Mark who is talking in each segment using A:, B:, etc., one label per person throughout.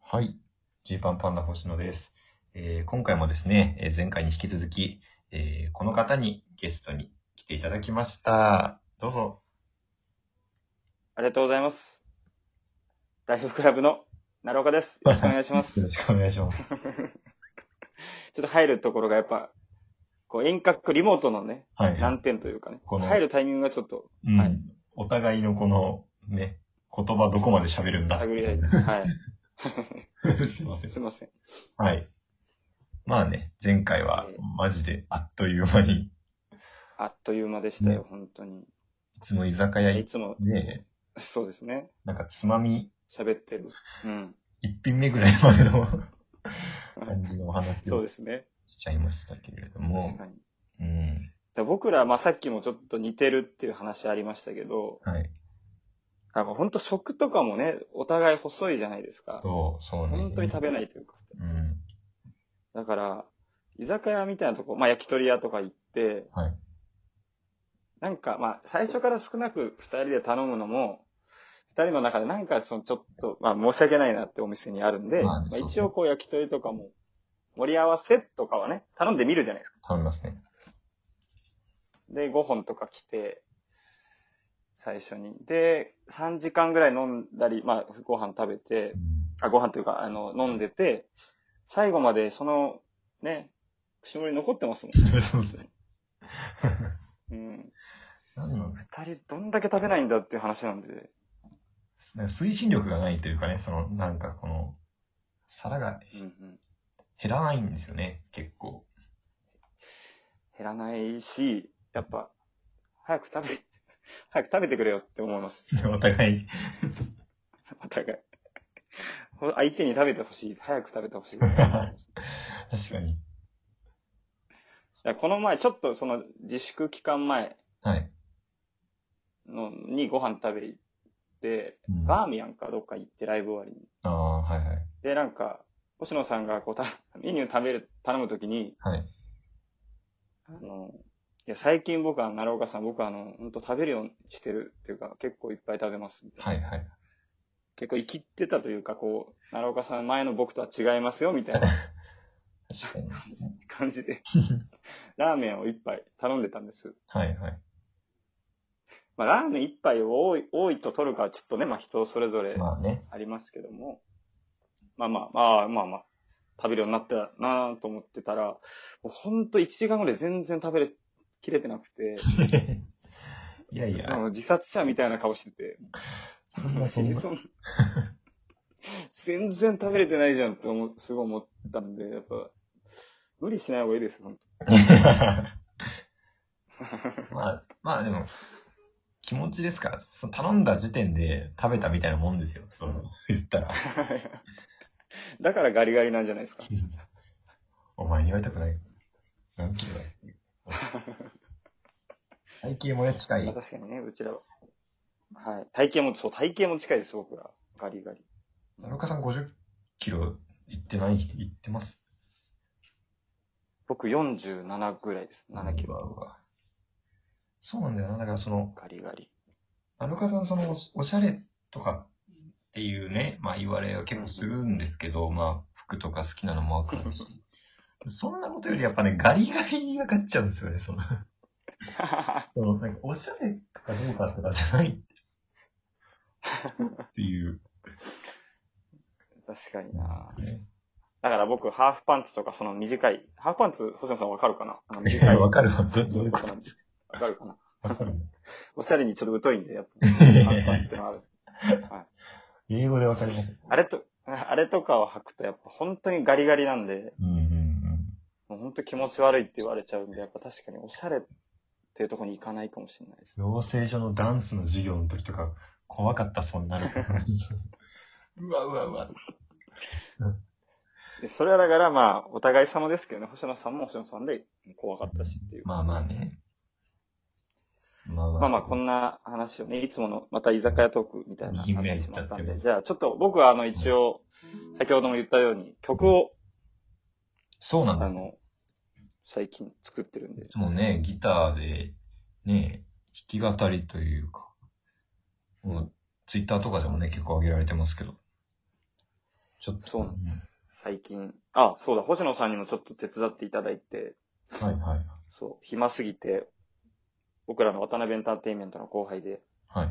A: はい。ジーパンパンダ星野です。えー今回もですね、えー前回に引き続き、えーこの方にゲストに来ていただきました。どうぞ。
B: ありがとうございます。大夫クラブの奈良岡です。よろしくお願いしま
A: よろ
B: す。
A: しくお願いします。
B: ちょっと入るところがやっぱ、こう遠隔リモートのね、
A: はい。
B: 難点というかね、
A: この
B: 入るタイミングがちょっと
A: うん、
B: はい
A: お互いのこの、ね、言葉どこまで喋るんだ。
B: 探り合い。は
A: すいませ
B: い。
A: ん。
B: すいません。
A: はい。まあね、前回は
B: ええ
A: マジであっという間に、
B: あっという間でした
A: ね
B: よ、本当に。
A: いつも居酒屋
B: い
A: 行っ
B: つも、
A: て、
B: そうですね、
A: なんかつまみ
B: 喋ってる。うん。
A: 一品目ぐらいまで の感じのお話
B: そう
A: を
B: ですね。
A: しちゃいましたけれども
B: 確、かに。だか
A: うん。
B: ら僕ら、まあさっきもちょっと似てるっていう話ありましたけど、
A: はい。
B: あの本当食とかもね、お互い細いじゃないですか。
A: そう、そうね。。
B: 本当に食べないいというか。
A: うん。
B: だから、居酒屋みたいなとこ、まあ焼き鳥屋とか行って、
A: はい。
B: なんかまあ最初から少なく二人で頼むのも、二人の中でなんかそのちょっと、まあ申し訳ないなってお店にあるんで、
A: まあね
B: まあ、
A: そう
B: 一応こう焼き鳥とかも、盛り合わせとかはね、頼んでみるじゃないですか。
A: 頼みますね。
B: で、5本とか来て、最初に。で、3時間ぐらい飲んだり、まあご飯食べて
A: う、ん
B: あ、ご飯というか、あの、飲んでて、最後までその、ね、串盛り残ってますもん。
A: そうですね。
B: うん。
A: 何なんです
B: 二人どんだけ食べないんだっていう話なんで。
A: なんか推進力がないというかね、その、なんかこの、皿が
B: うんうん。
A: 減らないんですよね、結構。
B: 減らないし、やっぱ、早く食べ、 早く食べてくれよって思います。
A: お互い。
B: お互い。相手に食べてほしい。早く食べて ほしい。い
A: 確かに。
B: やこの前、ちょっとその自粛期間前
A: はい。
B: のにご飯食べ行って、
A: うん、あ
B: バーミヤンかどっか行ってライブ終わりに。
A: あー、はいはい。
B: で、なんか、星野さんがこうた、 メニュー食べる、頼むときに、
A: はい。
B: あの、いや、最近僕は、奈良岡さん、僕はあの、本当食べるようにしてるっていうか、結構いっぱい食べます。
A: はいはい。
B: 結構生きってたというか、こう、奈良岡さん、前の僕とは違いますよ、みたいな
A: 確かに。
B: 感じで、ラーメンを一杯頼んでたんです。
A: はいはい。
B: まあ、ラーメン一杯を多い、多いと取るかはちょっとね、まあ人それぞれ
A: まあ ね。
B: ありますけども、まあまあ、まあまあまあ、食べるようになったなぁと思ってたら、もうほんと1時間ぐらい全然食べれ、きれてなくて、
A: いやいや。
B: もう自殺者みたいな顔してて、
A: そんなそ
B: 死
A: ん
B: に
A: な
B: そう。全然食べれてないじゃんって思う、すごい思ったんで、やっぱ、無理しない方がいいです、本
A: まあ、まあでも、気持ちですから、その頼んだ時点で食べたみたいなもんですよ。その、言ったら。
B: 当 だからガリガリなんじゃないですか。
A: お前に言われたくない。何キロだっけ体型もね、近
B: まあ
A: い。
B: 確かにね、うちらは。はい。体型も、そう、体型も近いです、僕ら。ガリガリ。
A: 奈岡さん50キロ行ってない行ってます
B: 僕47ぐらいです。7キロ。
A: ロ。うわそうなんだよな。だからその、
B: ガリガ リ。
A: 奈岡さん、その、おおしゃれとかっていうね、まあ言われは結構するんですけど、まあ、服とか好きなのもわかるし。そんなことよりやっぱね、ガリガリにかかっちゃうんですよね、その。その、なんか、おしゃれとかどうかとかじゃないっ ていう。
B: 確かにな
A: ね
B: だから僕、ハーフパンツとか、その短い、ハーフパンツ、星野さんわかるかなあの
A: い
B: 短
A: や
B: い。
A: わかるわ。ど
B: ど
A: どうい
B: うい
A: うう
B: こ
A: ことと
B: なんですわかるかな
A: わかる
B: おしゃれにちょっと疎いんで、やっ ぱ、ハーフパンツってのはある。
A: 英語でわかります。
B: あれと、 あれとかを履くと、やっぱ本当にガリガリなんで、
A: うんうん
B: もう本当気持ち悪いって言われちゃうんで、やっぱ確かにおしゃれっていうところに行かないかもしれないです。
A: うん。養成所のダンスの授業の時とか、怖かった、そんなの。 うわうわうわ。
B: でそれはだからまあ、お互い様ですけどね、星野さんも星野さんで怖かったしっていう。
A: まあまあね。まあま
B: まあまあ、こんな話をね、いつもの、また居酒屋トークみたいな
A: 二品目
B: 話も
A: いっちゃ
B: あったん
A: ってま
B: で、
A: す
B: じゃあ、ちょっと僕はあの、一応、先ほども言ったように、曲を、
A: そうなんで
B: あ
A: すよ。
B: の、最近作ってるんで
A: い、つもね、ギターで、ね、弾き語りというか、もう、ツイッターとかでもね、結構上げられてますけど。ちょっと。
B: そうなん最近。あ、そうだ、星野さんにもちょっと手伝っていただいて、
A: うんはいはい。
B: そう、暇すぎて、僕らの渡辺エンターテインメントの後輩で、
A: はい。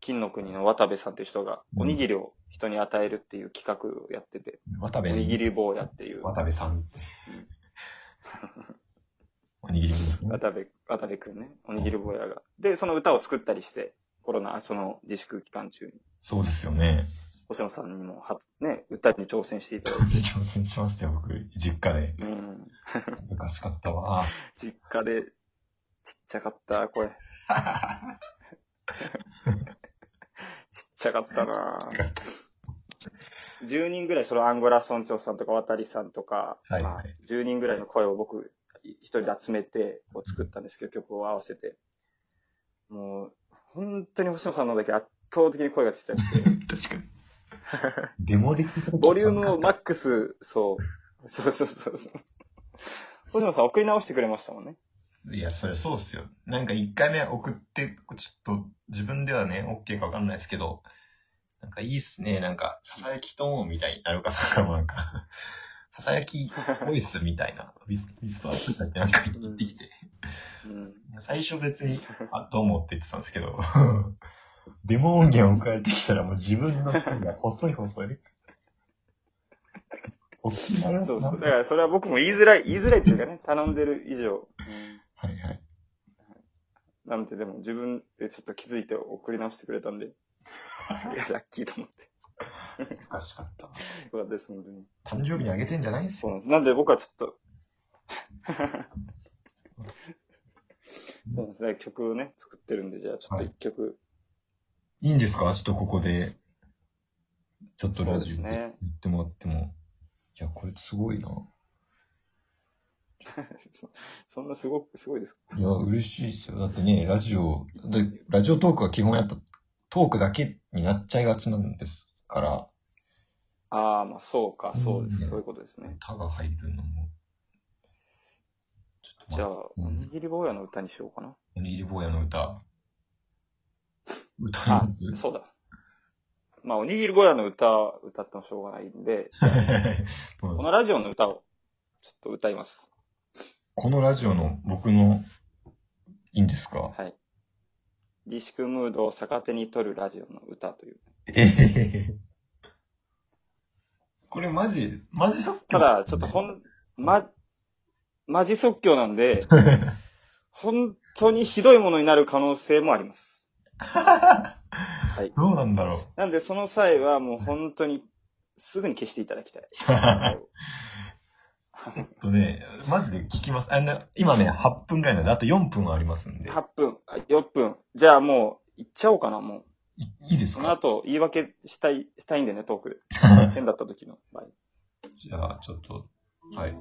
B: 金の国の渡部さんという人が、
A: うん
B: おにぎりを人に与えるっていう企画をやってて、
A: 渡部
B: おにぎ
A: に、
B: り坊やっていう、
A: 渡部さん って。おにぎりですね。
B: 渡部、渡部くんね、おにぎり坊やが。で、その歌を作ったりして、コロナ、その自粛期間中に、
A: そうですよね。
B: 星野さんにも、はね、歌に挑戦していただいて、
A: 挑戦しましたよ、僕。実家で。
B: うん、
A: 恥ずかしかったわ。
B: 実家で、ちっちゃかった、これ。ちっちゃかったな
A: かっ
B: 10人ぐらい、そのアンゴラ村長さんとか渡さんとか、
A: はい
B: まあ10人ぐらいの声を僕、い一人で集めて、こう作ったんですけど、曲を合わせて。もう、本当に星野さんのだけ圧倒的に声がちっちゃくて。
A: 確かに。デモできた時
B: ボリュームをマックス、そう。そうそうそうそう。星野さん送り直してくれましたもんね。
A: いや、それそうっすよ。なんか一回目送って、ちょっと自分ではね、OK かわかんないですけど、なんかいいっすね。なんか、ささやきトーンみたいになるかさんからもなんか、ささやきボイスみたいな、ウィスウィスパーみたいななんか言ってきて。
B: うん。
A: 最初別に、 あ、どうもって言ってたんですけど、 デモ音源送られてきたらもう自分の声が細い細い。大きいなる
B: そうそう。だか
A: は
B: らそれは僕も言いづらい、言いづらいっていうかね、頼んでる以上。
A: いはい。
B: なので、でも自分でちょっと気づいて送り直してくれたんで、いや、ラッキーと思って。
A: 難しかった。
B: よかったです、本当に。
A: 誕生日にあげてんじゃないんす
B: そ
A: よ。
B: うなんです。なんで僕はちょっ と、そうなんですね。曲をね、作ってるんで、じゃあちょっと一曲、
A: いいんですかちょっとここで、ちょっとラジオ
B: そうです
A: で
B: ね
A: 言ってもらっても。いや、これすごいな。
B: そそんなすごく、すごいですか
A: いや、嬉しいですよ。だってね、ラジオ、でラジオトークは基本やっぱトークだけになっちゃいがちなんですから、
B: ああ、まあそうか、そうです。そういうことですね。
A: 歌が入るのも。ちょっと
B: じゃあ、
A: 待って
B: おにぎり坊やの歌にしようかな。
A: おにぎり坊やの歌。歌い
B: あ、
A: ます
B: そうだ。まあ、おにぎり坊やの歌、歌ってもしょうがないんで、
A: もう
B: このラジオの歌を、ちょっと歌います。
A: このラジオの僕の、いいんですか
B: はい。自粛ムードを逆手に取るラジオの歌という。
A: ええこれマジ、マジそっか
B: ただ、ちょっとほん、ま、マジ即興なんで、 本当にひどいものになる可能性もあります。はい。
A: どうなんだろう。
B: なんで、その際はもう本当に、すぐに消していただきたい。
A: ちょっとね、マジで聞きます。あの、今ね、8分ぐらいなんで、あと4分はありますんで。
B: 8分、あ4分。じゃあもう、行っちゃおうかな、もう。
A: いいいです
B: その
A: か
B: 後、言い訳したい、したいんでね、トークで。変だった時の場合。
A: じゃあ、ちょっと、はい。
B: ど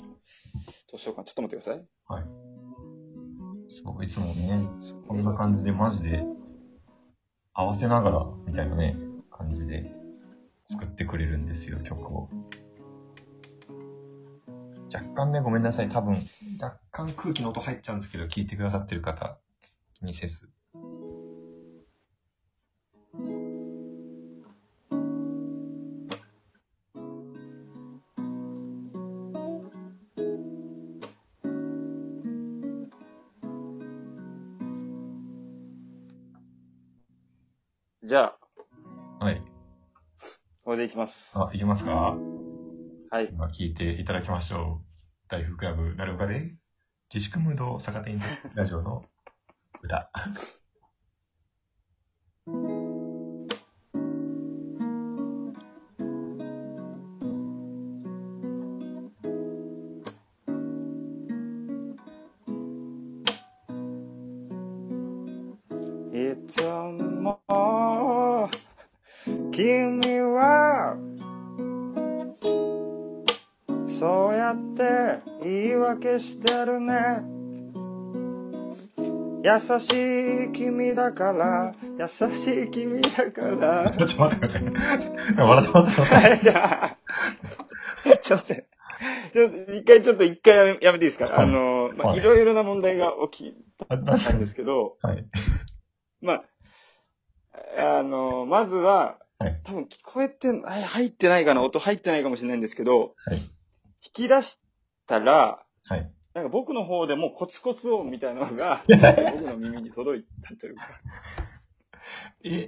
B: うしようかな。ちょっと待ってください。
A: そう、いつもね、こんな感じで、マジで、合わせながら、みたいなね、感じで、作ってくれるんですよ、曲を。若干ね、ごめんなさい。多分、若干空気の音入っちゃうんですけど、聞いてくださってる方、気にせず。
B: じゃあ、
A: はい。
B: これでいきます。
A: あ、いけますか
B: はい。
A: 今聞いていただきましょう。大福クラブ、なるおかで、自粛ムードを逆 手に取るラジオの歌。
B: いつも君はそうやって言い訳してるね優しい君だから優しい君だから
A: ちょっと待ってください。 笑って ます。
B: じゃあ、ちょっと待って、ちょっと一回、ちょっと一回やめやめていいですかあの、まあ、
A: はい
B: いろいろな問題が起
A: あ確
B: きた
A: か
B: んで
A: に
B: すけど、
A: はい。
B: まあ、あの、まずは、
A: はい
B: 多分聞こえてん、あ入ってないかな音入ってないかもしれないんですけど、
A: はい
B: 引き出したら、
A: はい。
B: なんか僕の方でもコツコツ音みたいなの が、僕の耳に届いたというか、
A: え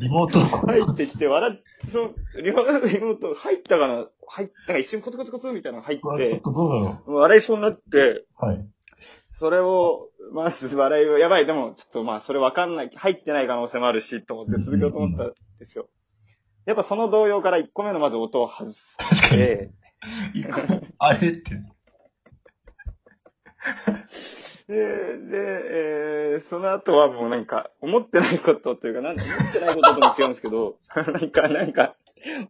A: リモート
B: 入ってきて笑っ、そう、両妹入ったかな入っ、なんか一瞬コツコツコツみたいなのが入
A: は
B: っ、
A: ちょってとどうだろ
B: もう笑いそうになって、
A: う。はい。
B: それを、まず笑いを、やばい、でも、ちょっとまあ、それわかんない、入ってない可能性もあるし、と思って続けようと思ったんですよ。やっぱその動揺から1個目のまず音を外す。
A: 確かに。
B: で、
A: 一個もあれって。
B: で、で、えーその後はもうなんか、思ってないことというか、なん思ってないこととも違うんですけど、 なんか、なんか、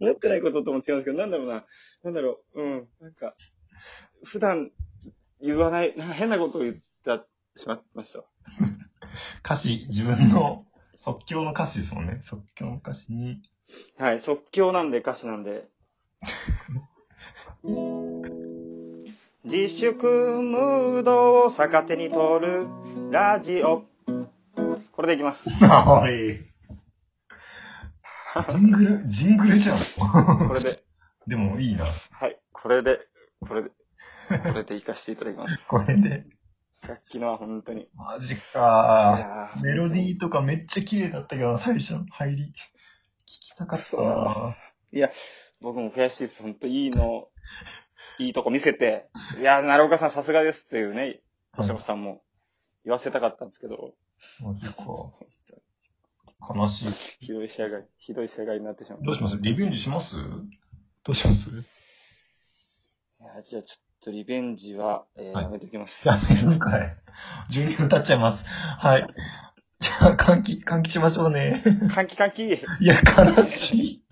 B: 思ってないこととも違うんですけど、なんだろうな、なんだろう、うん、なんか、普段言わない、なんか変なことを言ってしまいました。
A: 歌詞、自分の即興の歌詞ですもんね。即興の歌詞に。
B: はい、即興なんで歌詞な んで。自粛ムードを逆手に取るラジオ。これでいきます。
A: おい。ジングル、ジングルじゃん。
B: これで、
A: でもいいな。
B: はい、これで、これで、これでいかしていただきま す。
A: これで。
B: さっきのは本当に。い
A: マジか。
B: や
A: メロデ
B: ー。
A: ィーとかめっちゃ綺麗だったけど、最初の入り。聞きたかったな。
B: 僕も悔しいです。本当いいの、いいとこ見せて。いやー、奈岡さんさすがですっていうね、
A: はい
B: 吉本さんも言わせたかったんですけど、
A: マジか。悲しい。
B: ひどい仕上がり、ひどい仕上がりになってしまう。
A: どうしますリベンジしますどうします
B: いや、じゃあちょっとリベンジは、えー
A: はい
B: やめと きます。
A: やめるんかい。12分経っちゃいます。はい。じゃあ、換気、換気しましょうね。
B: 換気換気
A: いや、悲しい。